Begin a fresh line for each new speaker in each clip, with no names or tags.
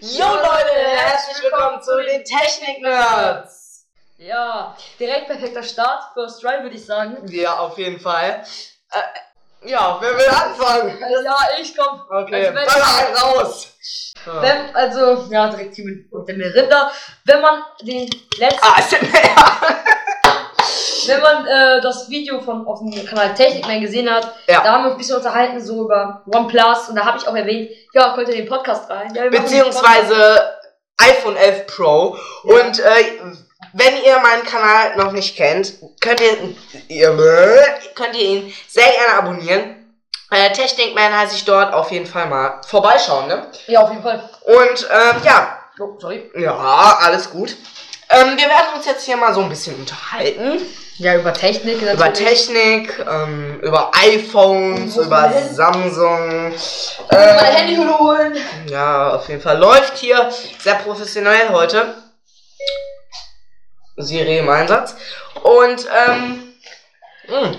Jo Leute, herzlich willkommen zu den Technik-Nerds!
Ja, direkt perfekter Start, First Try würde ich sagen.
Ja, auf jeden Fall. Äh, ja, wer will anfangen?
Ja, ich komm.
Also, Okay,
Also wenn-
baller raus! Ah.
Wenn, also, ja, direkt hier mit mit dem Rinder. Wenn man den letzten,
Ah, ASMR!
wenn man äh, das Video von auf dem Kanal Technikman gesehen hat,
Ja.
da haben wir uns ein bisschen unterhalten, so über OnePlus und da habe ich auch erwähnt, ja, könnt ihr den Podcast rein. Ja, wir machen den Podcast.
Beziehungsweise iPhone 11 Pro. Und äh, wenn ihr meinen Kanal noch nicht kennt, könnt ihr, ihr, könnt ihr ihn sehr gerne abonnieren. Äh, Technikman heiße ich dort auf jeden Fall mal vorbeischauen, ne?
Ja, auf jeden Fall.
Und ähm, ja,
Oh, sorry.
Ja, alles gut. Ähm, wir werden uns jetzt hier mal so ein bisschen unterhalten.
Ja, über Technik natürlich.
Über Technik, ähm, über iPhones,
Wo
über
denn?
Samsung.
Äh, Mein
Ähm,
Handy holen.
ja, auf jeden Fall läuft hier sehr professionell heute. Siri im Einsatz. Und, ähm, mh,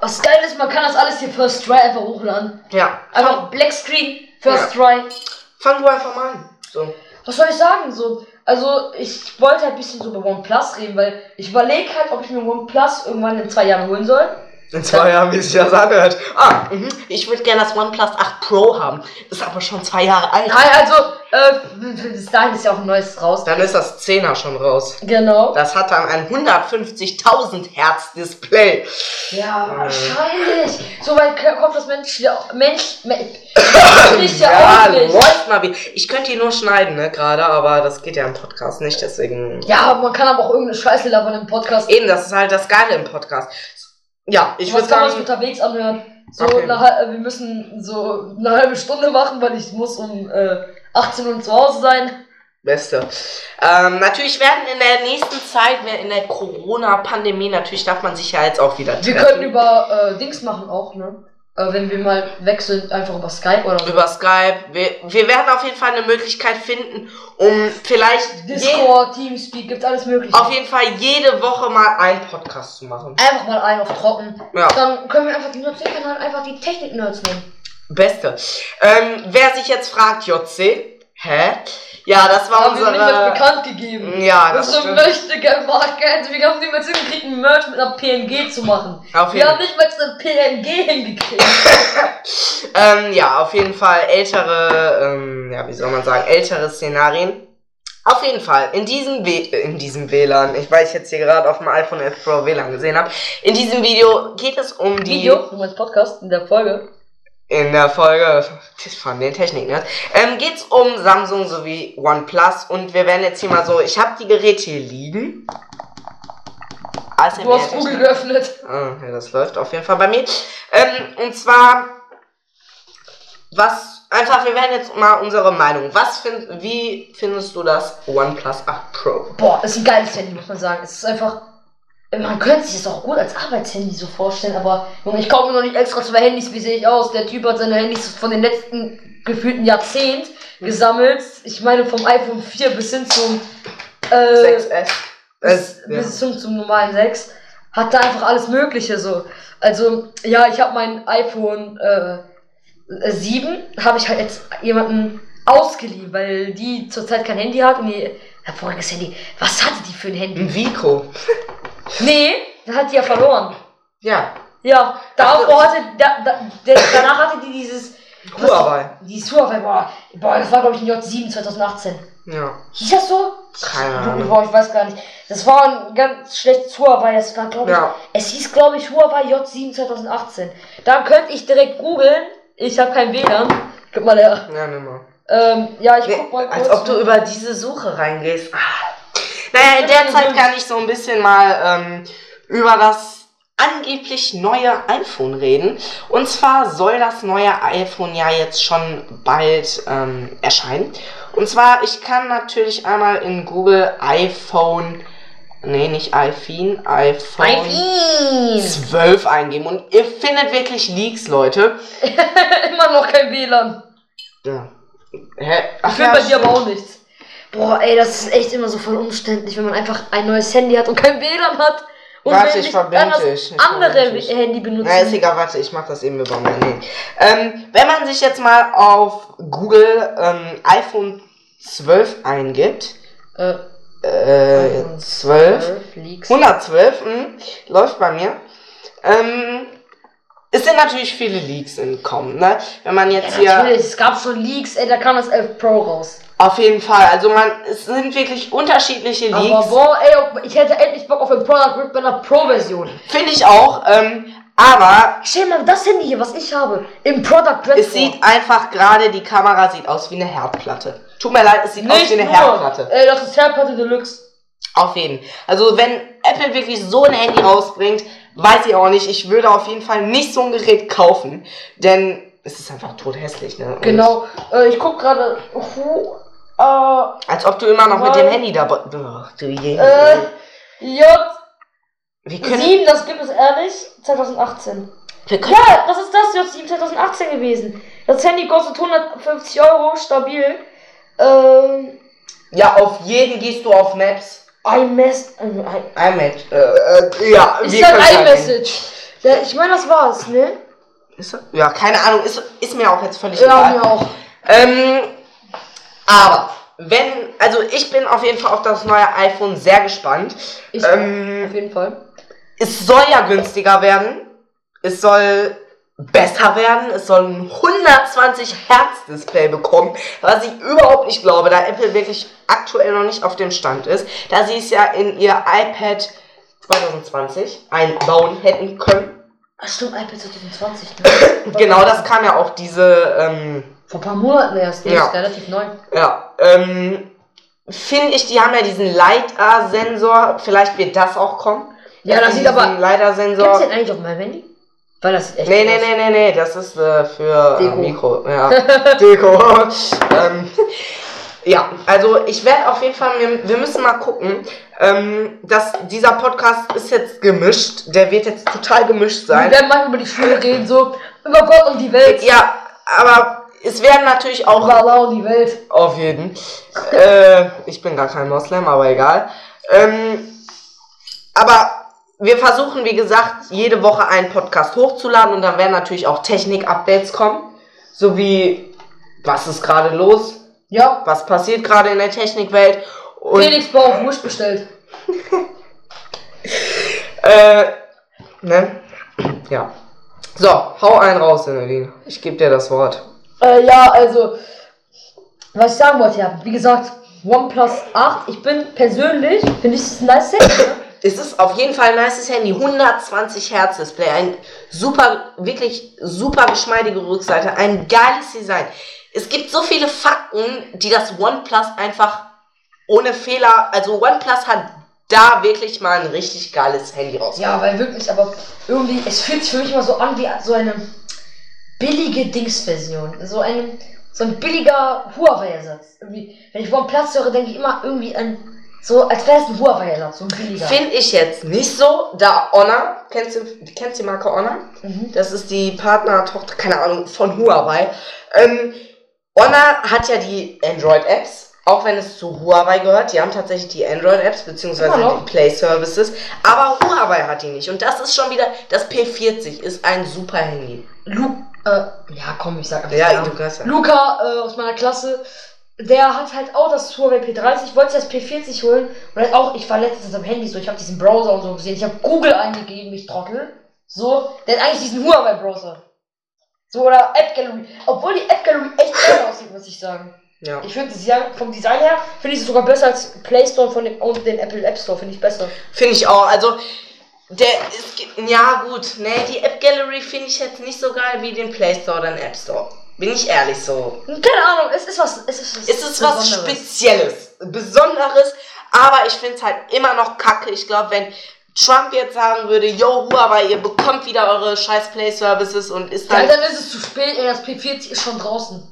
Was geil ist, man kann das alles hier First Try einfach hochladen.
ja,
Einfach Black Screen, First Try.
fang du einfach mal an. So.
was soll ich sagen? So, also ich wollte halt ein bisschen so über OnePlus reden, weil ich überlege halt, ob ich mir OnePlus irgendwann in zwei Jahren holen soll.
In zwei Jahren, wie sich das anhört. Ah, mhm. ich würde gerne das OnePlus 8 Pro haben. Ist aber schon zwei Jahre alt.
Nein, also, äh, bis dahin ist ja auch ein neues raus.
Dann ist das 10er schon raus.
Genau.
Das hat dann ein 150.000 Hertz Display.
Ja,
Äh.
wahrscheinlich. So weit k- kommt das Mensch, Mensch, Mensch, Mensch ja
Ja,
auch nicht.
läuft mal wie. Ich könnte ihn nur schneiden, ne, gerade, aber das geht ja im Podcast nicht, deswegen.
Ja, man kann aber auch irgendeine Scheiße labern im Podcast.
Eben, das ist halt das Geile im Podcast. Ja, ich
Was
würde
kann man sich
sagen.
unterwegs anhören? So,
Okay.
eine, hal- äh, wir müssen so eine halbe Stunde machen, weil ich muss um äh, 18 Uhr zu Hause sein.
Beste. Ähm, natürlich werden in der nächsten Zeit, wir- in der Corona-Pandemie, natürlich darf man sich ja jetzt auch wieder
Wir
treffen.
können über äh, Dings machen auch, ne? Äh, wenn wir mal weg sind, einfach über Skype oder so.
über Skype. Wir, wir werden auf jeden Fall eine Möglichkeit finden, um vielleicht je,
Discord, Teamspeak, gibt's alles mögliche.
auf jeden Fall jede Woche mal einen Podcast zu machen.
einfach mal einen auf trocken.
Ja.
Dann können wir einfach den JC-Kanal einfach die Technik-Nerds nehmen.
Beste. Ähm, wer sich jetzt fragt, JC, hä? Ja, das war
Haben wir nicht als
unsere.
bekannt gegeben.
Ja, das
Unsere
stimmt.
möchte gerne Marke hätte. Wir haben niemals hingekriegt, ein Merch mit einer PNG zu machen.
Auf
Wir haben
jeden,
nicht mal eine PNG hingekriegt.
ähm, ja, auf jeden Fall ältere, ähm, ja, wie soll man sagen, ältere Szenarien. Auf jeden Fall, in diesem, W- in diesem WLAN, ich weiß jetzt hier gerade auf dem iPhone 11 Pro WLAN gesehen habe, in diesem Video geht es um die...
Video, du meinst Podcast in der Folge.
In der Folge von den Technik, ne? Ähm, geht's um Samsung sowie OnePlus und wir werden jetzt hier mal so, ich habe die Geräte hier liegen. ASMR
Du hast Google geöffnet.
Ah, ja, das läuft auf jeden Fall bei mir. Ähm, und zwar, was, einfach, wir werden jetzt mal unsere Meinung. Was find, wie findest du das OnePlus 8 Pro?
Boah, ist ein geiles Handy, muss man sagen. Es ist einfach. Man könnte sich das auch gut als Arbeitshandy so vorstellen, aber Junge, ich kaufe mir noch nicht extra zwei Handys. Wie sehe ich aus? Der Typ hat seine Handys von den letzten gefühlten Jahrzehnt gesammelt. Ich meine, vom iPhone 4 bis hin zum. Äh,
6S?
bis,
Es, ja.
bis zum, zum normalen 6. Hat da einfach alles Mögliche so. Also, ja, ich habe mein iPhone äh, 7, habe ich halt jetzt jemanden ausgeliehen, weil die zurzeit kein Handy hat und ihr voriges Handy. Was hatte die für ein Handy?
Ein Vico.
Nee, das hat die ja verloren.
Ja,
Ja, davor hatte, da, da, der- danach hatte die dieses. was-
Huawei.
Die Huawei, boah, boah, das war glaube ich ein J7 2018.
Ja.
Hieß das so?
Keine Ahnung.
Boah, ich weiß gar nicht. Das war ein ganz schlechtes Huawei, das war glaube ich
Ja.
es hieß, glaube ich, Huawei J7 2018. Da könnte ich direkt googeln. Ich habe kein WLAN. Gib mal her.
Ja, nimm mal.
Ähm, ja, ich
Nee,
guck mal kurz. ne?
als ob du über diese Suche reingehst. Ah. Naja, in der Zeit kann ich so ein bisschen mal ähm, über das angeblich neue iPhone reden. Und zwar soll das neue iPhone ja jetzt schon bald ähm, erscheinen. Und zwar, ich kann natürlich einmal in Google iPhone, nee, nicht iPhone, iPhone.
iPhone.
12 eingeben und ihr findet wirklich Leaks, Leute.
Immer noch kein WLAN.
Ja. Hä?
Ich
Ach
will
ja,
bei dir
stimmt.
aber auch nichts. Boah, ey, das ist echt immer so voll umständlich, wenn man einfach ein neues Handy hat und kein WLAN hat. Und
Warte,
will
ich
nicht
verbinde
dann das
dich, ich
andere
verbinde dich.
Handy benutzen.
Na, ist egal, warte, ich mach das eben über mein Handy. Ähm, wenn man sich jetzt mal auf Google ähm, iPhone 12 eingibt,
Äh,
äh, 12,
Leaks.
112, mh, läuft bei mir. Ähm, es sind natürlich viele Leaks entkommen, ne? Wenn man jetzt
Ja,
hier.
natürlich, es gab schon Leaks, ey, da kam das 11 Pro raus.
Auf jeden Fall. Also man, es sind wirklich unterschiedliche
Aber
Leaks.
boah, ey, ich hätte endlich Bock auf ein Product Rip bei einer Pro-Version.
Finde ich auch. Ähm, aber
Stell dir mal das Handy hier, was ich habe, im Product Red
es sieht einfach gerade, die Kamera sieht aus wie eine Herdplatte. Tut mir leid, es sieht aus wie eine Herdplatte.
Ey, das ist Herdplatte Deluxe.
Auf jeden. Also wenn Apple wirklich so ein Handy rausbringt, weiß ich auch nicht. Ich würde auf jeden Fall nicht so ein Gerät kaufen. Denn es ist einfach tothässlich, ne? Und
Genau, äh, ich guck gerade. Hu- Äh,
Als ob du immer noch mit dem
Weil-
Handy dabei. Ach, du je.
äh, J7,
wir Hm. können.
das gibt es ehrlich, 2018.
wir können
Ja, das ist das J7 2018 gewesen. Das Handy kostet 150 Euro, stabil. Ähm,
ja, auf jeden gehst du auf Maps.
iMess. Äh, i-
iMessage. Äh, äh, ja,
Ist
wir
das
können da reden.
iMessage? Ja, ich meine, das war's, ne?
Ist das? Ja, keine Ahnung, ist, ist mir auch jetzt völlig
Ja,
egal.
mir auch.
Ähm, aber wenn, also ich bin auf jeden Fall auf das neue iPhone sehr gespannt.
Ich
Ähm,
auf jeden Fall.
es soll ja günstiger werden. Es soll besser werden. Es soll ein 120 Hertz Display bekommen, was ich überhaupt nicht glaube, da Apple wirklich aktuell noch nicht auf dem Stand ist. Da sie es ja in ihr iPad 2020 einbauen hätten können.
Ach, stimmt, iPad 2020. Ne?
Genau, das kam ja auch diese ähm,
Vor ein paar Monaten erst, ne?
Ja.
Ist relativ neu.
Ja, ähm, finde ich, die haben ja diesen LiDAR-Sensor. Vielleicht wird das auch kommen.
Ja, das sieht
Diesen
aber. Gibt's
LiDAR-Sensor.
den eigentlich auf meinem Handy? Weil das sieht echt
Nee,
gut
nee,
aus.
nee, nee, nee, das ist äh, für
Deko.
Äh, Mikro. Ja, Deko. ähm, ja, also ich werde auf jeden Fall, wir, wir müssen mal gucken. Ähm, dass dieser Podcast ist jetzt gemischt. Der wird jetzt total gemischt
Wir
sein.
werden manchmal über die Schule reden, so über Gott und die Welt.
Ja, aber es werden natürlich auch
Über Allah und die Welt.
Auf jeden. äh, ich bin gar kein Moslem, aber egal. Ähm, aber wir versuchen, wie gesagt, jede Woche einen Podcast hochzuladen und dann werden natürlich auch Technik-Updates kommen. Sowie, was ist gerade los?
Ja.
Was passiert gerade in der Technikwelt? Und,
Felix Bauer auf Wurst bestellt.
äh, ne? Ja. So, hau einen raus, Sinedin. Ich gebe dir das Wort.
Äh, ja, also, was ich sagen wollte, ja, wie gesagt, OnePlus 8, ich bin persönlich, finde ich, das ist ein nice Set. Ne?
Es ist auf jeden Fall ein nices Handy. 120 Hertz Display. Ein super, wirklich super geschmeidige Rückseite. Ein geiles Design. Es gibt so viele Fakten, die das OnePlus einfach ohne Fehler. Also OnePlus hat da wirklich mal ein richtig geiles Handy raus.
Ja, weil wirklich, aber irgendwie, es fühlt sich für mich immer so an wie so eine billige Dings-Version. So ein, so ein billiger Huawei-Ersatz. Irgendwie, Wenn ich OnePlus höre, denke ich immer irgendwie an, so als wäre es ein Huawei-Ersatz, so ein billiger.
Finde ich jetzt nicht so, da Honor, kennst du, kennst du die Marke Honor?
mhm.
Das ist die Partner-Tochter, keine Ahnung, von Huawei. Ähm, Honor hat ja die Android-Apps, auch wenn es zu Huawei gehört. Die haben tatsächlich die Android-Apps, beziehungsweise
Immer noch.
die Play-Services. Aber Huawei hat die nicht. Und das ist schon wieder, das P40 ist ein super Handy.
Lu äh, ja, komm, ich sag einfach
Ja,
den
du
Namen.
kannst ja.
Luca äh, aus meiner Klasse, der hat halt auch das Huawei P30, wollte sich das P40 holen. Und halt auch, ich war letztens am Handy so, ich habe diesen Browser und so gesehen. Ich habe Google eingegeben, ich trottel. So, der hat eigentlich diesen Huawei-Browser. So, oder App Gallery. Obwohl die App Gallery echt geil aussieht, muss ich sagen.
ja.
Ich finde Design, vom Design her, finde ich es sogar besser als Play Store von dem, und den Apple App Store, finde ich besser.
Finde ich auch. Also, der ist, ge- ja gut, ne, die App-Gallery finde ich jetzt nicht so geil wie den Play Store oder den App Store. Bin ich ehrlich so.
Keine Ahnung, es ist was, es ist was
Es ist was
Besonderes.
Spezielles, Besonderes, aber ich finde es halt immer noch kacke. Ich glaube, wenn Trump jetzt sagen würde, yo Huawei, ihr bekommt wieder eure scheiß Play-Services und ist
Ja,
dann
dann ist es zu spät, ey, das P40 ist schon draußen.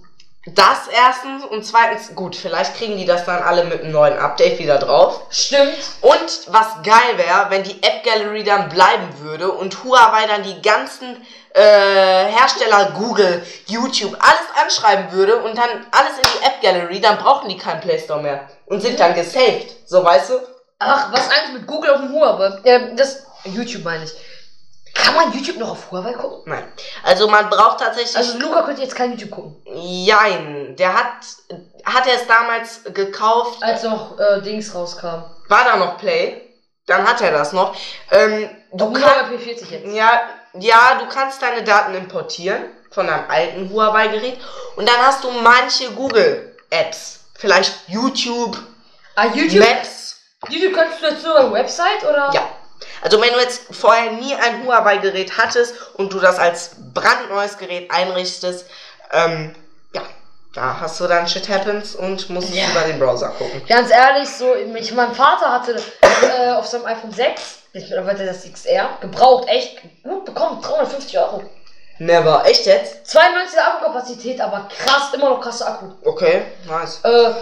das erstens und zweitens, gut, vielleicht kriegen die das dann alle mit einem neuen Update wieder drauf.
Stimmt.
Und was geil wäre, wenn die App Gallery dann bleiben würde und Huawei dann die ganzen äh, Hersteller Google, YouTube, alles anschreiben würde und dann alles in die App Gallery, dann brauchen die keinen Play Store mehr und sind dann gesaved. So weißt du?
Ach, was eigentlich mit Google auf dem Huawei? Ähm, das YouTube meine ich. Kann man YouTube noch auf Huawei gucken?
Nein. Also man braucht tatsächlich.
Also Luca könnte jetzt kein YouTube gucken.
Jein. Der hat. Hat er es damals gekauft?
Als noch äh, Dings rauskam.
War da noch Play? Dann hat er das noch. Ähm, du kannst.
Huawei P40 jetzt.
Ja, ja, du kannst deine Daten importieren von deinem alten Huawei-Gerät und dann hast du manche Google-Apps. Vielleicht YouTube,
Ah, YouTube?
Maps.
YouTube kannst du jetzt nur eine Website oder?
Ja. Also wenn du jetzt vorher nie ein Huawei-Gerät hattest und du das als brandneues Gerät einrichtest, ähm, ja, da hast du dann Shit Happens und musst
Ja.
über den Browser gucken.
Ganz ehrlich, so, ich, mein Vater hatte äh, auf seinem iPhone 6, jetzt mittlerweile das XR, gebraucht, echt gut bekommen, 350 Euro.
Never. Echt jetzt?
92er Akkukapazität, aber krass, immer noch krasse Akku.
Okay, nice.
Äh,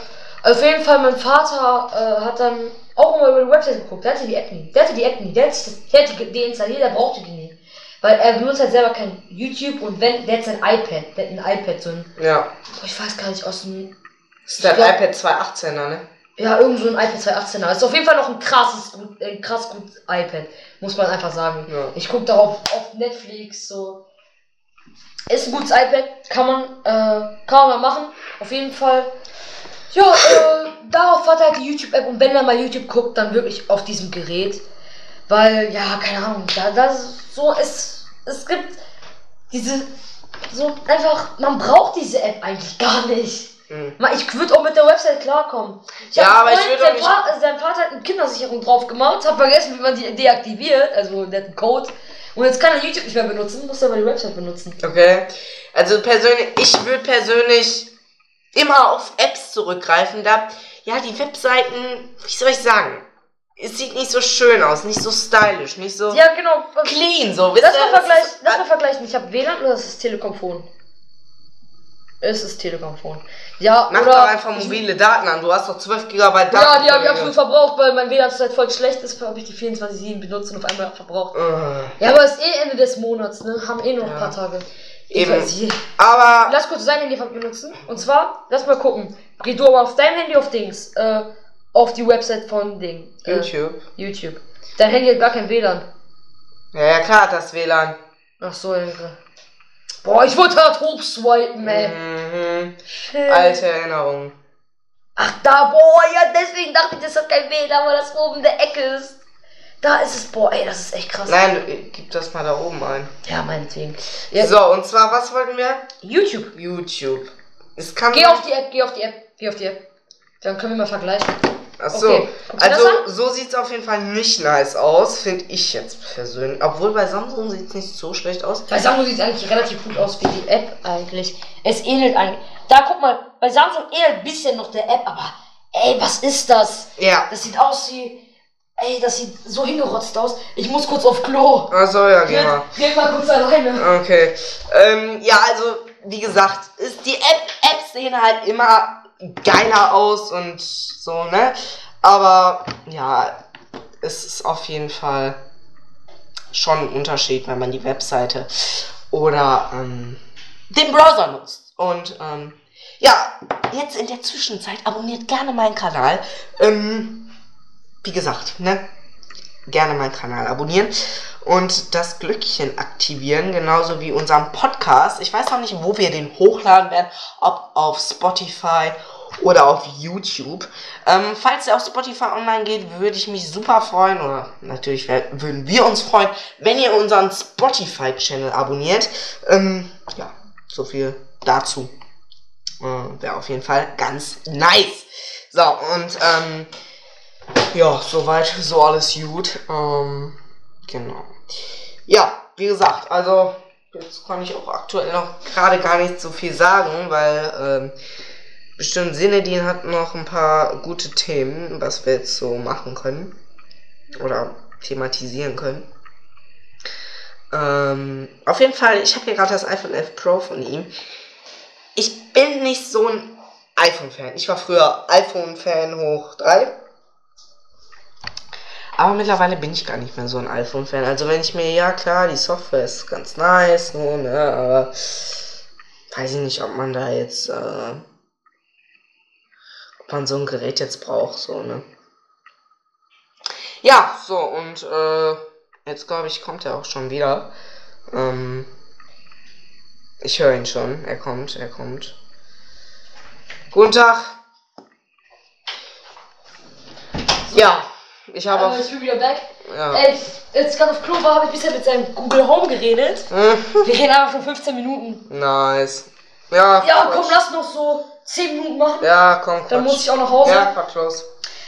auf jeden Fall, mein Vater äh, hat dann auch immer über die Website geguckt. Der hatte die App nie. Der hatte die App nie. Der, hat sich das, der hat die deinstalliert, der brauchte die nie. Weil er benutzt halt selber kein YouTube und wenn, der hat sein iPad. Der hat ein iPad, so ein,
Ja.
boah, ich weiß gar nicht, aus dem,
Ist das
Ja.
iPad 218er, ne?
ja, irgend so ein iPad 2018er. Ist auf jeden Fall noch ein krasses, gut, ein krass gutes iPad. Muss man einfach sagen.
Ja.
Ich gucke darauf auf Netflix, so. Ist ein gutes iPad, kann man, äh, kann man mal machen. Auf jeden Fall. Ja, äh, darauf hat er halt die YouTube-App und wenn er mal YouTube guckt, dann wirklich auf diesem Gerät. Weil, ja, keine Ahnung, da, das so ist. Es gibt diese. So einfach, man braucht diese App eigentlich gar nicht.
Mhm.
Ma- Ich würde auch mit der Website klarkommen. Ich
Ja,
hab
aber
einen
ich
Freund,
würd auch
der
nicht-
Pa- äh, Sein Vater hat eine Kindersicherung drauf gemacht, hat vergessen, wie man die deaktiviert, also der hat einen Code. Und jetzt kann er YouTube nicht mehr benutzen, muss er aber die Website benutzen.
Okay. Also persönlich, ich würde persönlich immer auf Apps zurückgreifen, da, ja, die Webseiten, wie soll ich sagen, es sieht nicht so schön aus, nicht so stylisch, nicht so
Ja, genau.
clean, so, wisst
Lass
ihr?
mal,
Das
vergleich,
ist-
lass mal vergleichen. Ich habe WLAN oder das ist Telekom-Phone? Es ist Telekom-Phone. Ja,
Mach
oder
doch einfach mobile Daten an, du hast doch 12 GB Daten.
Ja, die habe ich absolut verbraucht, weil mein WLAN zurzeit voll schlecht ist, habe ich die 24-7 benutzt und auf einmal verbraucht.
Äh,
Ja, aber es ist eh Ende des Monats, ne? Haben eh nur noch
Ja.
ein paar Tage.
Eben.
Ich weiß nicht.
Aber,
Lass kurz sein Handy benutzen. Und zwar, lass mal gucken. Geh du aber auf dein Handy auf Dings. Äh, auf die Website von Ding. Äh,
YouTube.
YouTube. Dein Handy hat gar kein WLAN.
Ja, ja, klar, hat das WLAN.
Ach so, Junge. Boah, ich wollte halt hochswipen, ey.
Mhm. Alte Erinnerungen.
Ach da, boah, ja, deswegen dachte ich, das hat kein WLAN, weil das oben in der Ecke ist. Da ist es, boah, ey, das ist echt krass.
Nein, äh, gib das mal da oben ein.
Ja, meinetwegen. Ja,
So, und zwar, was wollten wir?
YouTube.
YouTube. Es kann
Geh auf die App, geh auf die App, geh auf die App. Dann können wir mal vergleichen.
Ach so.
Okay. Guckst du
Also
das
so sieht's auf jeden Fall nicht nice aus, finde ich jetzt persönlich. Obwohl bei Samsung sieht's nicht so schlecht aus.
Bei Samsung sieht es eigentlich relativ gut aus wie die App eigentlich. Es ähnelt eigentlich. Da guck mal, bei Samsung ähnelt ein bisschen noch der App, aber ey, was ist das?
Ja.
Das sieht aus wie. Ey, das sieht so hingerotzt aus. Ich muss kurz auf Klo.
Also ja, geh mal.
Geht, geht mal kurz alleine.
Okay. Ähm, ja, also wie gesagt, ist die App Apps sehen halt immer geiler aus und so ne. Aber ja, es ist auf jeden Fall schon ein Unterschied, wenn man die Webseite oder ähm, den Browser nutzt. Und ähm, ja, jetzt in der Zwischenzeit abonniert gerne meinen Kanal. Ähm, wie gesagt, ne? Gerne meinen Kanal abonnieren und das Glöckchen aktivieren, genauso wie unseren Podcast. Ich weiß noch nicht, wo wir den hochladen werden, ob auf Spotify oder auf YouTube. Ähm, falls ihr auf Spotify online geht, würde ich mich super freuen, oder natürlich wär, würden wir uns freuen, wenn ihr unseren Spotify-Channel abonniert. Ähm, ja, so viel dazu. Äh, Wäre auf jeden Fall ganz nice. So, und ähm, ja, soweit, so alles gut. Ähm, genau. Ja, wie gesagt, also jetzt kann ich auch aktuell noch gerade gar nicht so viel sagen, weil ähm, bestimmt Sinedin hat noch ein paar gute Themen, was wir jetzt so machen können oder thematisieren können. Ähm, auf jeden Fall, ich habe hier gerade das iPhone 11 Pro von ihm. Ich bin nicht so ein iPhone-Fan. Ich war früher iPhone-Fan hoch 3. Aber mittlerweile bin ich gar nicht mehr so ein iPhone-Fan. Also wenn ich mir, ja klar, die Software ist ganz nice, so, ne, aber weiß ich nicht, ob man da jetzt, äh, ob man so ein Gerät jetzt braucht, so, ne. Ja, so, und, äh, Jetzt glaube ich, kommt er auch schon wieder. Ähm, ich höre ihn schon. Er kommt, er kommt. Guten Tag. Ja, ich habe
Aber
auf.
Also, ich bin wieder back.
Ja.
Ey, jetzt gerade auf Klo war, habe ich bisher mit seinem Google Home geredet. Wir reden einfach schon 15 Minuten.
Hm, Nice. Ja.
Ja,
Quatsch.
komm, lass noch so 10 Minuten machen.
Ja, komm, Quatsch.
Dann muss ich auch nach Hause.
Ja, Quatsch los.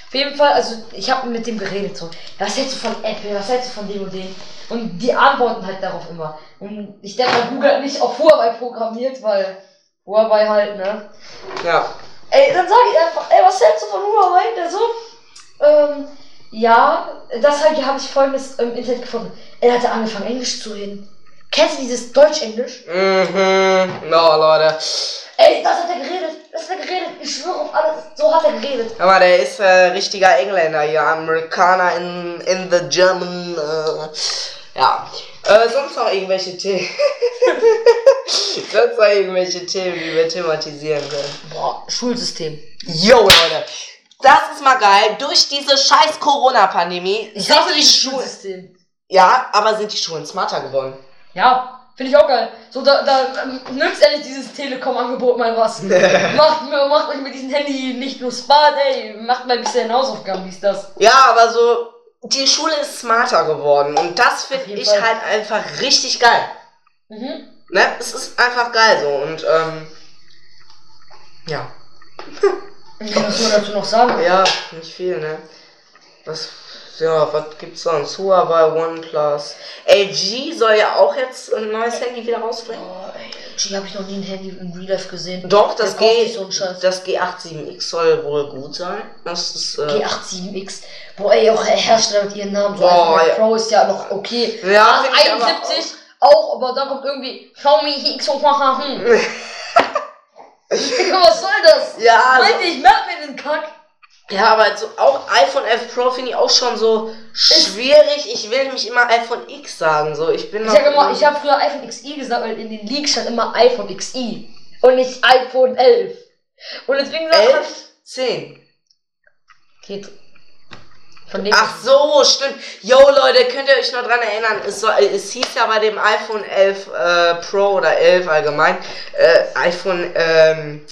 Auf jeden Fall, also ich habe mit dem geredet so. Was hältst du von Apple? Was hältst du von dem und dem? Und die antworten halt darauf immer. Und ich denke mal, Google hat nicht auf Huawei programmiert, weil Huawei halt, ne?
Ja.
Ey, dann sage ich einfach, ey, was hältst du von Huawei? Der so, ähm, ja, deshalb habe ich folgendes im Internet gefunden. Er hatte angefangen, Englisch zu reden. Kennst du dieses Deutsch-Englisch?
Mhm. No, Leute.
Ey, das hat er geredet, das hat er geredet, ich schwöre auf alles, so hat er geredet.
Hör mal, der ist äh, richtiger Engländer hier. Amerikaner in, in the German. Äh, ja. Äh, sonst noch irgendwelche Themen. sonst noch irgendwelche Themen, die wir thematisieren können.
Boah, Schulsystem.
Yo, Leute. Das ist mal geil. Durch diese scheiß Corona-Pandemie
Ich
sind
hasse
die
dieses
Schulen.
Schulsystem.
Ja, aber sind die Schulen smarter geworden?
Ja, finde ich auch geil. So, da, da ähm, nützt ehrlich dieses Telekom-Angebot mal was. macht, macht euch mit diesem Handy nicht nur Spaß, ey. Macht mal ein bisschen Hausaufgaben, wie ist das?
Ja, aber so, die Schule ist smarter geworden und das
Auf
finde
jeden
ich
Fall.
halt einfach richtig geil.
Mhm.
Ne? Es ist einfach geil so und ähm, ja.
Was soll man dazu noch sagen?
Ja, nicht viel, ne? Was, ja, was gibt's sonst? Huawei, OnePlus. LG soll ja auch jetzt ein neues Handy wieder rausbringen.
Oh, ey, G, habe ich noch nie ein Handy im Real Life gesehen.
Doch, das,
Wer kauft
G,
sich so einen Scheiß?
das G87X soll wohl gut sein. Das ist, äh,
G87X. Boah, ey, auch Hersteller mit ihren Namen. So
Boah,
Boah,
ja.
Pro ist ja noch okay.
Ja,
Also
find ich aber
71 auch, aber dann kommt irgendwie Xiaomi X und hm. Digga, was soll das?
ja, also so-
Meinte ich, merk mir den Kack.
Ja, aber so auch iPhone 11 Pro finde ich auch schon so schwierig. Ich will mich immer iPhone X sagen. So, ich bin
Ich sag immer, ich habe früher iPhone XI gesagt, weil in den Leaks stand immer iPhone XI und nicht iPhone 11. Und deswegen sag
11, 10.
ich, geht. Von dem.
Ach so, stimmt. Yo, Leute, könnt ihr euch noch dran erinnern? Es, soll, es hieß ja bei dem iPhone 11 äh, Pro oder 11 allgemein, äh, iPhone ähm,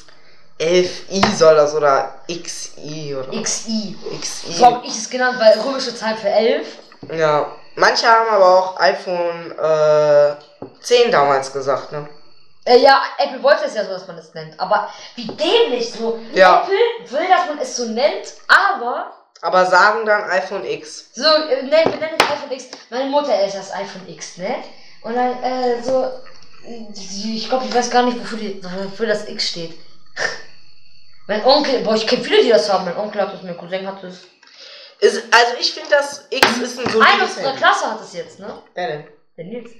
11i soll das oder XI oder
XI.
XI.
So hab ich es genannt, weil römische Zahl für 11.
Ja, manche haben aber auch iPhone äh, 10 damals gesagt, ne?
Äh, ja, Apple wollte es ja so, dass man es nennt. Aber wie dämlich so.
Ja.
Apple will, dass man es so nennt, aber
Aber sagen dann iPhone X.
So, äh, nein, wir nennen es iPhone X. Meine Mutter ist das iPhone X, ne? Und dann, äh, so. äh, Ich glaube, ich weiß gar nicht, wofür, die, wofür das X steht. Mein Onkel, boah, ich kenne viele, die das haben. Mein Onkel hat das, mein Cousin hat das.
Ist, also ich finde das X ist ein
Einer
solides
aus unserer
Handy.
Klasse hat das jetzt, ne?
Wer denn?
Der Nils.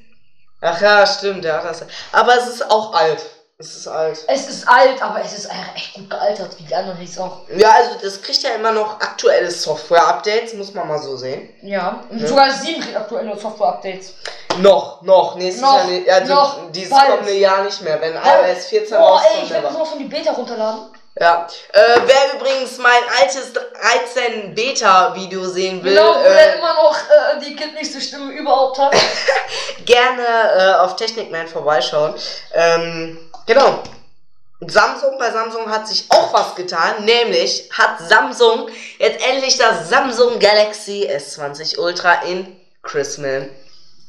Ach ja, stimmt, der hat das. Aber es ist auch alt. Es ist alt.
Es ist alt, aber es ist einfach echt gut gealtert, wie die anderen Handys auch.
Ja, also das kriegt ja immer noch aktuelle Software-Updates, muss man mal so sehen.
Ja. Und
Ja.
sogar das 7 kriegt aktuell nur Software-Updates.
Noch, noch, nächstes
Noch,
Jahr, ne- ja, die,
noch,
dieses
bald.
kommende Jahr nicht mehr, wenn
Ja.
iOS 14
Boah, ey,
rauskommt.
ich werde das
aber-
noch von die Beta runterladen.
Ja. Äh, wer übrigens mein altes 13 Beta-Video sehen will,
Genau, wo der
äh,
immer noch äh, die kindlichste Stimme überhaupt hat.
gerne äh, auf Technikman vorbeischauen. Ähm, genau. Samsung, bei Samsung hat sich auch was getan, nämlich hat Samsung jetzt endlich das Samsung Galaxy S20 Ultra in Chrisman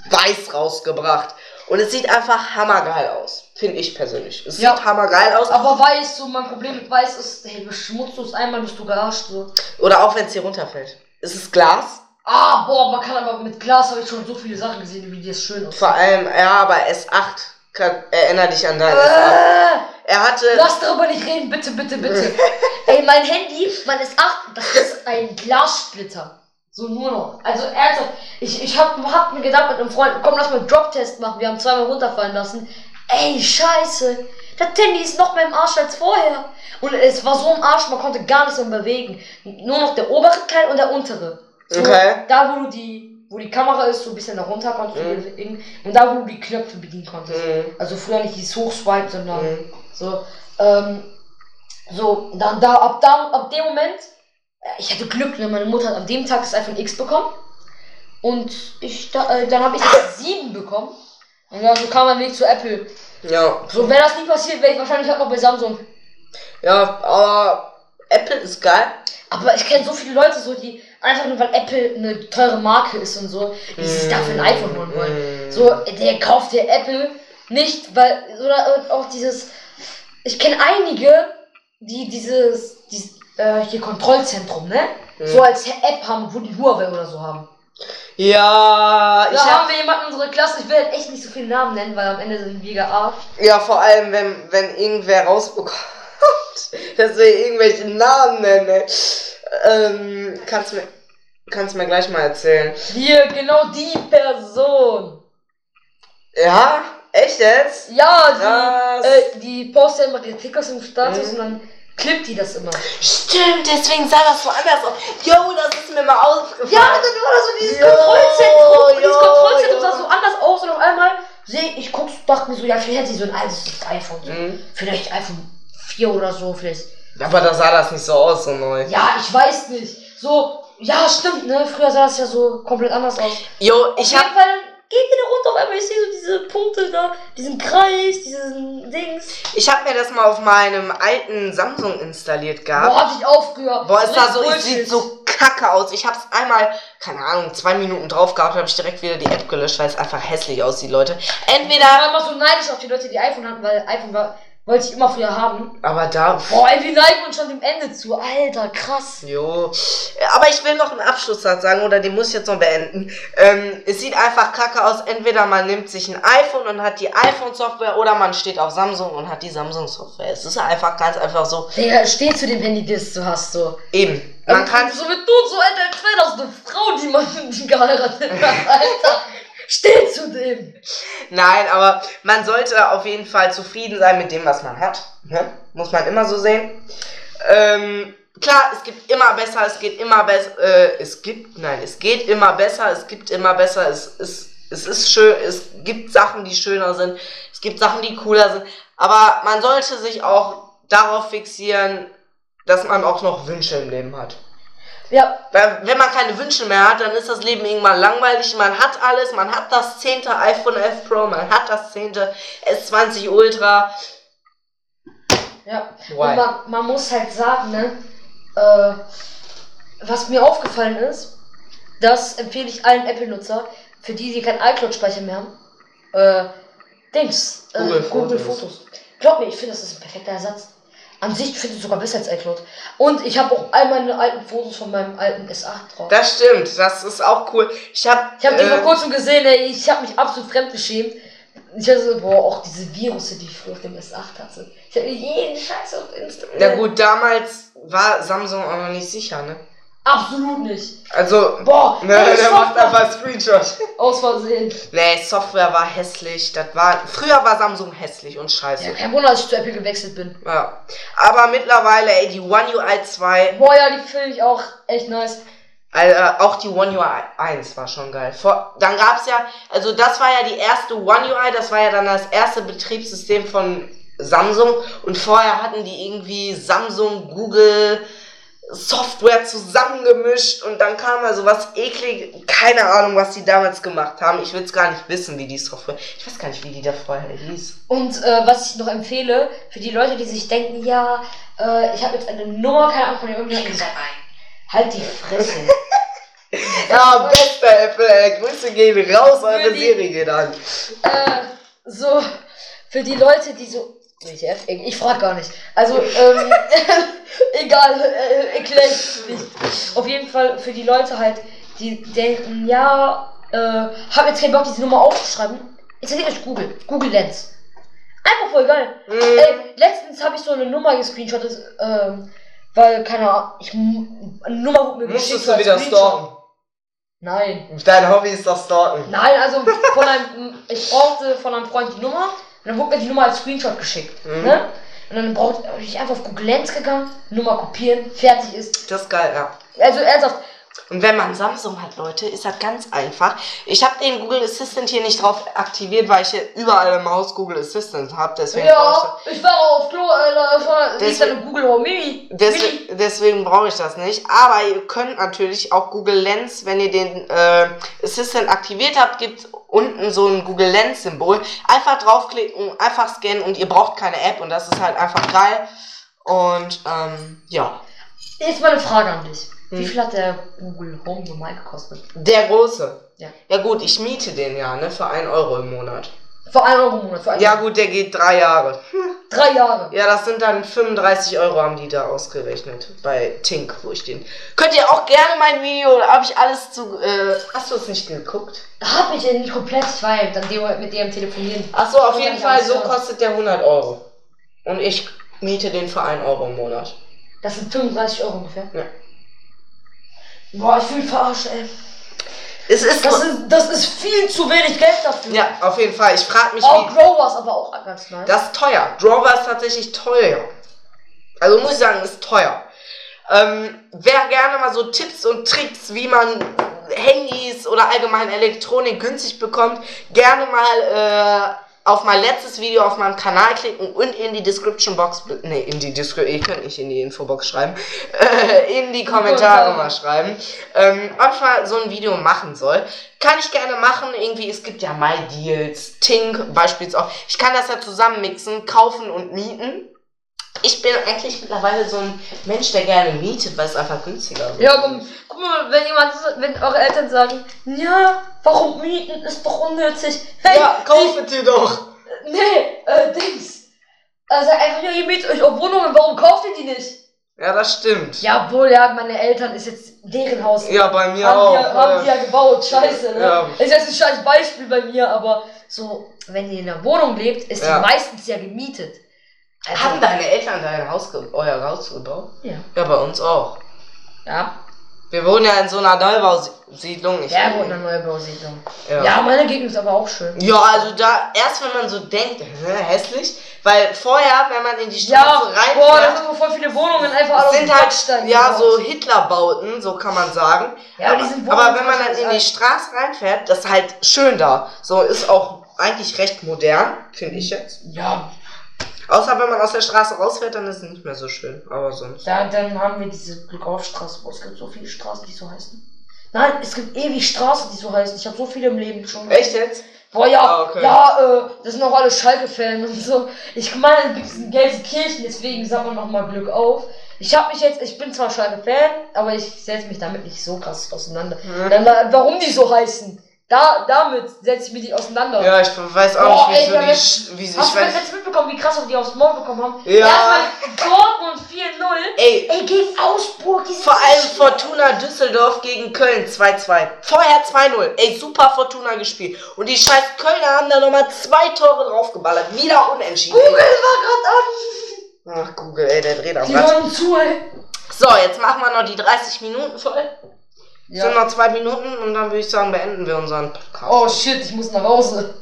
weiß rausgebracht. Und es sieht einfach hammergeil aus, finde ich persönlich. Es
Ja.
sieht hammergeil aus.
Aber weiß, so mein Problem mit weiß ist, hey, beschmutzt du es einmal, bist du gearscht. So.
Oder auch wenn es hier runterfällt. Es ist Glas.
Ah, boah, man kann aber mit Glas habe ich schon so viele Sachen gesehen, wie die es schön aussieht.
Vor allem, ja, aber S8. Kann, erinnere dich an dein S8.
Äh,
Er hatte.
lass darüber nicht reden, bitte, bitte, bitte. Ey, mein Handy, man ist acht, das ist ein Glassplitter. So nur noch. Also ernsthaft, ich, ich hab, hab mir gedacht mit einem Freund, komm, lass mal einen Drop-Test machen, wir haben zweimal runterfallen lassen. Ey, scheiße. Das Handy ist noch mehr im Arsch als vorher. Und es war so im Arsch, man konnte gar nichts mehr bewegen. Nur noch der obere Teil und der untere. So,
Okay.
Da, wo du die, wo die Kamera ist, so ein bisschen nach runter konntest du
Mhm.
bewegen. Und da, wo du die Knöpfe bedienen konntest.
Mhm.
Also früher nicht dieses Hochswipe, sondern
Mhm.
so, ähm, so, dann da, ab da, ab dem Moment, äh, ich hatte Glück, ne? meine Mutter hat an dem Tag das iPhone X bekommen. Und ich, da, äh, dann habe ich jetzt 7 bekommen. Und ja, so kam mein Weg zu Apple.
Ja.
So, wäre das nie passiert, wäre ich wahrscheinlich halt noch bei Samsung.
Ja, aber Apple ist geil.
Aber ich kenne so viele Leute, so die einfach nur weil Apple eine teure Marke ist und so, die sich dafür ein iPhone holen wollen.
Mm.
So, der kauft der Apple nicht, weil, oder und auch dieses, ich kenne einige, die dieses, dieses äh, hier Kontrollzentrum, ne?
Mhm.
So als App haben, wo die Huawei oder so haben.
Ja, ich
Da
hab,
haben wir jemanden in unserer Klasse, ich will halt echt nicht so viele Namen nennen, weil am Ende sind wir gearscht.
ja, vor allem, wenn, wenn irgendwer rausbekommt, dass wir irgendwelche Namen nennen. ey. Ähm, kannst du mir, kannst du mir gleich mal erzählen.
Hier, genau die Person.
Ja, echt jetzt?
Ja,
Krass.
die, äh, die postet immer die Tickets im Status
Mhm.
und dann klippt die das immer.
Stimmt, deswegen sah das so anders aus. Jo, das ist mir mal aufgefallen.
Ja, dann
genau
war das so Also dieses
Jo,
Kontrollzentrum. Und dieses
jo,
Kontrollzentrum
jo.
sah so anders aus und auf einmal sehe ich, guck's, dachte mir so, ja, vielleicht hat sie so ein altes iPhone. So.
Mhm.
Vielleicht iPhone 4 oder so, vielleicht.
Aber da sah das nicht so aus, so neu.
Ja, ich weiß nicht. So, ja, stimmt, ne? Früher sah das ja so komplett anders aus.
Jo,
Ich
ich
auf
hab.
jeden Fall geht wieder runter, auf einmal ich sehe so diese Punkte da, diesen Kreis, diesen Dings.
Ich habe mir das mal auf meinem alten Samsung installiert gehabt.
Boah, hab ich aufgehört.
Boah, ist das so, es
Bullshit.
sieht so kacke aus. Ich hab's einmal, keine Ahnung, zwei Minuten drauf gehabt, habe ich direkt wieder die App gelöscht, weil es einfach hässlich aussieht, Leute.
Ich
Entweder,
war immer so neidisch auf die Leute, die iPhone hatten, weil iPhone war, wollte ich immer früher haben.
aber da,
Boah, ey, wir neigen uns schon dem Ende zu. Alter, krass.
jo. Aber ich will noch einen Abschlusssatz sagen, oder den muss ich jetzt noch beenden. Ähm, es sieht einfach kacke aus. Entweder man nimmt sich ein iPhone und hat die iPhone-Software, oder man steht auf Samsung und hat die Samsung-Software. Es ist einfach ganz einfach so.
Digga, steh zu dem Handy, das du hast, so. Also,
Eben, man kann
So mit du, so alt als wäre das eine Frau, die man die geheiratet hat, Alter. Steh zu dem.
Nein, aber man sollte auf jeden Fall zufrieden sein mit dem, was man hat. Ne? Muss man immer so sehen. Ähm, klar, es gibt immer besser, es geht immer besser. Äh, es gibt, nein, es geht immer besser, es gibt immer besser. Es, es, es ist schön, es gibt Sachen, die schöner sind. Es gibt Sachen, die cooler sind. Aber man sollte sich auch darauf fixieren, dass man auch noch Wünsche im Leben hat.
Ja,
Weil wenn man keine Wünsche mehr hat, dann ist das Leben irgendwann langweilig. Man hat alles, man hat das 10. iPhone 11 Pro, man hat das 10. S20 Ultra.
ja. Und
Why?
man, man muss halt sagen, ne, äh, was mir aufgefallen ist, das empfehle ich allen Apple-Nutzer, für die, die keinen iCloud-Speicher mehr haben, äh, Dings, äh,
Google
Google,
Fotos.
Fotos. Glaub mir, ich finde, das ist ein perfekter Ersatz. An sich finde ich es sogar besser als iCloud. Und ich habe auch all meine alten Fotos von meinem alten S8 drauf.
Das stimmt, das ist auch cool. Ich habe
ich habe die vor
äh,
kurzem gesehen, ey, ich habe mich absolut fremdbeschämt. Ich hatte so, boah, auch diese Virusse, die ich früher auf dem S8 hatte. Ich habe jeden Scheiß auf Instagram.
Na gut, damals war Samsung auch noch nicht sicher, ne?
Absolut nicht.
Also,
Boah,
ne,
ey,
der macht
Software-
einfach Screenshot.
Aus Versehen.
Nee, Software war hässlich, das war früher war Samsung hässlich und
Ja,
scheiße.
kein Wunder, dass ich zu Apple gewechselt bin.
Ja. Aber mittlerweile, ey, die One UI 2
Boah, ja, die finde ich auch echt nice.
Also, auch die One UI 1 war schon geil. Vor, dann gab's ja, also das war ja die erste One UI, das war ja dann das erste Betriebssystem von Samsung. Und vorher hatten die irgendwie Samsung, Google, Software zusammengemischt und dann kam mal sowas eklig. Keine Ahnung, was die damals gemacht haben. Ich will's gar nicht wissen, wie die Software. Ich weiß gar nicht, wie die da vorher hieß.
Und äh, was ich noch empfehle, für die Leute, die sich denken, ja, äh, ich habe jetzt eine Nummer, keine Ahnung von dem irgendwie. Halt die Fresse.
Ja, bester Apple, ey. Grüße gehen raus, eure
die-
Serie geht an.
äh, so, für die Leute, die so. WTF? Ich, ich frag gar nicht. Also, ähm, egal, äh, erklär ich nicht. Auf jeden Fall für die Leute halt, die denken, ja, äh, hab jetzt keinen Bock, diese Nummer aufzuschreiben. Installiert euch Google. Google Lens. Einfach voll geil.
Mhm.
Ey, letztens habe ich so eine Nummer gescreenshottet, ähm, weil, keine Ahnung, ich, mu- eine Nummer wurde mir
Musstest
geschickt
du
als
wieder
Screenshot.
stalken.
Nein.
Dein Hobby ist das Stalken.
Nein, also von einem, ich brauchte von einem Freund die Nummer und dann wurde mir die Nummer als Screenshot geschickt.
Mhm.
Ne? Und dann brauchte bin ich einfach auf Google Lens gegangen, Nummer kopieren, fertig ist.
Das ist geil, ja.
Also ernsthaft,
Und wenn man Samsung hat, Leute, ist das ganz einfach. Ich habe den Google Assistant hier nicht drauf aktiviert, weil ich hier überall im Haus Google Assistant habe. Deswegen brauche
Ja, ich war auf Klo, Alter. Ich war
Deswegen-
liegt an Google Home Mini.
ich, des, deswegen brauche ich das nicht. Aber ihr könnt natürlich auch Google Lens, wenn ihr den äh, Assistant aktiviert habt, gibt unten so ein Google Lens Symbol. Einfach draufklicken, einfach scannen und ihr braucht keine App und das ist halt einfach geil. Und ähm, ja,
Jetzt mal eine Frage an dich. Wie
Hm.
viel hat der Google Home normal gekostet?
der große.
Ja.
ja gut, ich miete den ja, ne, für 1 Euro im Monat.
Für 1 Euro im Monat. Für einen-
Ja gut, der geht drei Jahre.
Drei Jahre.
Ja, das sind dann 35 Euro haben die da ausgerechnet bei Tink, wo ich den. Könnt ihr auch gerne mein Video, da habe ich alles zu. Äh, hast du es nicht geguckt?
Hab ich ja nicht komplett, weil dann dem, mit dem telefonieren.
Achso, auf
Ja,
jeden
ich
Fall,
hab's
so
schon.
kostet der 100 Euro. Und ich miete den für 1 Euro im Monat.
Das sind 35 Euro ungefähr.
Ja.
Boah, ich fühle mich verarscht, ey.
Es ist.
Das ist, das ist viel zu wenig Geld dafür.
ja, auf jeden Fall. Ich frage mich,
Auch
wie.
Growers, aber auch ganz nice.
Das ist teuer. Drawer ist tatsächlich teuer. Also muss ich sagen, ist teuer. Ähm, wer gerne mal so Tipps und Tricks, wie man Handys oder allgemein Elektronik günstig bekommt, gerne mal äh, auf mein letztes Video auf meinem Kanal klicken und in die Description Box, ne, in die Description, ihr könnt nicht in die Infobox schreiben, äh, in die Kommentare mal schreiben, ähm, ob ich mal so ein Video machen soll. Kann ich gerne machen, irgendwie, es gibt ja MyDeals, Tink beispielsweise auch. Ich kann das ja zusammenmixen, kaufen und mieten. Ich bin eigentlich mittlerweile so ein Mensch, der gerne mietet, weil es einfach günstiger ist.
Ja, aber guck mal, wenn jemand, wenn eure Eltern sagen, ja, warum mieten ist doch unnötig. Hey,
ja, kaufen Sie doch.
die- nee, äh, Dings. Also einfach, ja, ihr mietet euch auch Wohnungen, warum kauft ihr die nicht?
Ja, das stimmt.
Jawohl, ja, meine Eltern ist jetzt deren Haus.
Ja, bei mir
haben,
auch.
die, ja- haben die ja gebaut, scheiße, ne?
Ja.
Ist jetzt ein scheiß Beispiel bei mir, aber so, wenn ihr in einer Wohnung lebt, ist
Ja.
die meistens ja gemietet. Also,
haben deine Eltern dein Haus ge euer Haus gebaut?
ja.
Ja, bei uns auch.
Ja,
Wir wohnen ja in so einer Neubausiedlung. Ich
ja, gut, eine neue Bausiedlung.
ja.
Ja.
ja.
meine Gegend ist aber auch schön.
also da, erst wenn man so denkt, hä, hässlich, weil vorher, wenn man in die Straße
Ja, boah, da
reinfährt,
sind aber voll viele Wohnungen einfach alle
sind
auf dem
halt ja so Hitlerbauten, so kann man sagen.
Ja, aber die sind halt
aber
wohl-
wenn man dann in die Straße reinfährt, das ist halt schön da. So ist auch eigentlich recht modern, finde ich jetzt.
Ja,
Außer wenn man aus der Straße rausfährt, dann ist es nicht mehr so schön. Aber sonst.
da, dann haben wir diese Glückaufstraße. Boah, es gibt so viele Straßen, die so heißen. Nein, es gibt ewig Straßen, die so heißen. Ich habe so viele im Leben schon.
Echt jetzt?
Boah, ja,
Ah, okay.
ja, äh, das sind auch alle Schalke-Fans und so. Ich meine, es gibt in Gelsenkirchen, deswegen sagt man nochmal Glück auf. Ich habe mich jetzt, ich bin zwar Schalke-Fan, aber ich setze mich damit nicht so krass auseinander.
Hm.
Dann, äh, warum die so heißen? Da, damit setze ich mich nicht auseinander.
Ja, ich weiß auch
Boah,
nicht,
ey,
wieso
da
die.
wär's-
Sch- Wie ich
Hast du das
weiß.
jetzt mitbekommen, wie krass auf die aufs Maul bekommen haben?
Ja.
Erstmal Dortmund 4-0.
Ey,
Ey, gegen Augsburg. die sind
vor
so
allem
schlecht.
Fortuna Düsseldorf gegen Köln 2-2. Vorher 2-0. Ey, super Fortuna gespielt. Und die scheiß Kölner haben da nochmal zwei Tore draufgeballert. Wieder unentschieden.
Google war
Ach, Google, ey, der dreht am
gerade an. Die
Rad.
hören zu, ey.
So, jetzt machen wir noch die 30 Minuten voll. Es Sind noch zwei Minuten und dann würde ich sagen, beenden wir unseren Podcast.
Oh shit, ich muss nach Hause.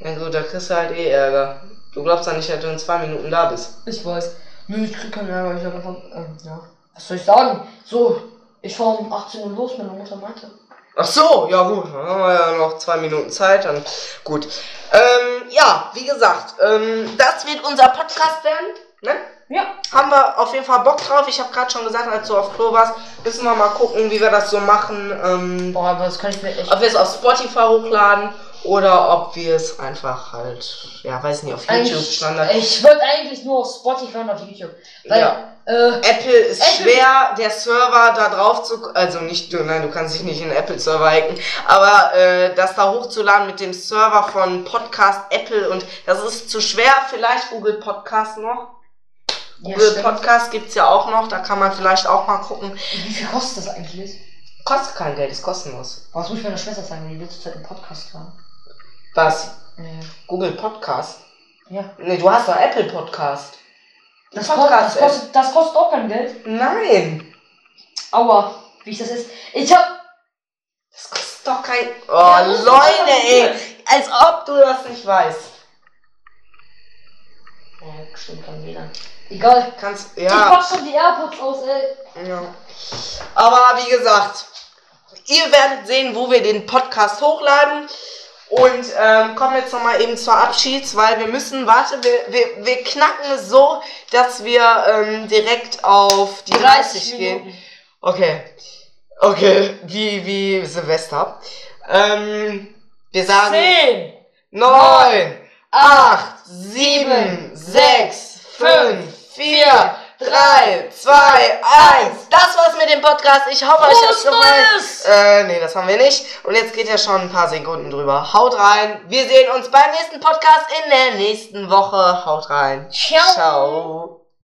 Na gut, da kriegst du halt eh Ärger. Du glaubst ja nicht, dass du in zwei Minuten da bist.
Ich weiß. Nö, ich krieg keinen Ärger. Ich hab einfach, ähm, ja. Was soll ich sagen? So, ich fahr um 18 Uhr los, meine Mutter meinte.
Ach so, ja gut, dann haben wir ja noch zwei Minuten Zeit, dann gut. Ähm, ja, wie gesagt, ähm, das wird unser Podcast werden, ne?
Ja.
Haben wir auf jeden Fall Bock drauf. Ich habe gerade schon gesagt, als du auf Klo warst, müssen wir mal gucken, wie wir das so machen. Ähm,
Boah, aber das kann ich mir echt.
ob wir es auf Spotify hochladen oder ob wir es einfach halt, ja, weiß nicht, auf YouTube
Eigentlich-
Standard.
Ich würde eigentlich nur auf Spotify und auf YouTube. Weil,
Ja.
äh,
Apple ist
Apple-
schwer, der Server da drauf zu, also nicht, du- nein, du kannst dich nicht in den Apple Server hacken, aber äh, das da hochzuladen mit dem Server von Podcast Apple und das ist zu schwer. Vielleicht Google Podcast noch.
ja,
Google
stimmt.
Podcast gibt's ja auch noch, da kann man vielleicht auch mal gucken.
Wie viel kostet das eigentlich?
Kostet kein Geld, ist kostenlos.
Was muss ich meiner Schwester sagen, die letzte Zeit einen Podcast haben?
Was?
Äh,
Google Podcast?
ja.
Nee, du hast doch Apple Podcast.
Das,
Podcast
kostet, das,
ist-
kostet, das kostet auch kein Geld.
Nein,
Aua, wie ich das ist. Ich hab.
das kostet doch kein. Oh,
Ja, das ist
Leute,
doch
ey, als ob du das nicht weißt.
Oh, stimmt, kann jeder. Egal.
Kannst,
Ich
ja.
pack schon die AirPods aus, ey.
Ja. Aber wie gesagt, Ihr werdet sehen, wo wir den Podcast hochladen. Und ähm, kommen jetzt nochmal eben zur Abschieds, weil wir müssen, warte, wir, wir, wir knacken es so, dass wir ähm, direkt auf die 30, gehen. Okay. Okay, wie, wie Silvester. Ähm, wir sagen
10,
neun, acht, sieben,
sieben,
sechs, fünf, vier,
vier,
drei, zwei, eins. Das war's mit dem Podcast. Ich hoffe, euch hat's
Frohes
gefallen.
Neues!
Äh, nee, das haben wir nicht. Und jetzt geht ja schon ein paar Sekunden drüber. Haut rein. Wir sehen uns beim nächsten Podcast in der nächsten Woche. Haut rein.
Ciao.
Ciao.